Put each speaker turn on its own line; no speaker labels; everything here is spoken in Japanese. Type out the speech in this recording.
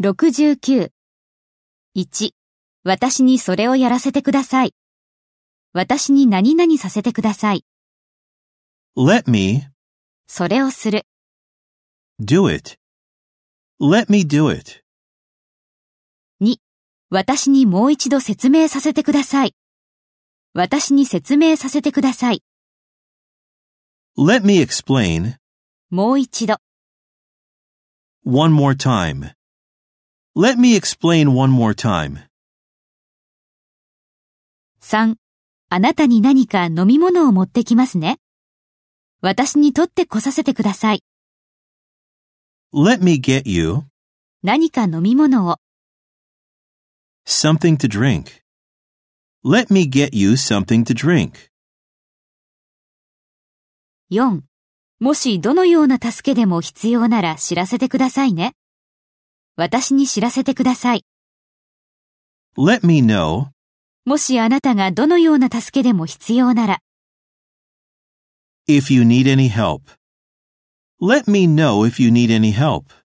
69。1、私にそれをやらせてください。私に何々させてください。
Let me
それをする。
do it. Let me do it.
私にもう一度説明させてください。私に説明させてください。
Let me explain
もう一度。
one more time. Let me explain one more time.
3. あなたに何か飲み物を持ってきますね。私に取ってこさせてください。
Let me get you
何か飲み物を。
something to drink. Let me get you something to drink.
4. もしどのような助けでも必要なら知らせてくださいね。私に知らせてください。
Let me know
もしあなたがどのような助けでも必要なら、
if you need any help. Let me know if you need any help.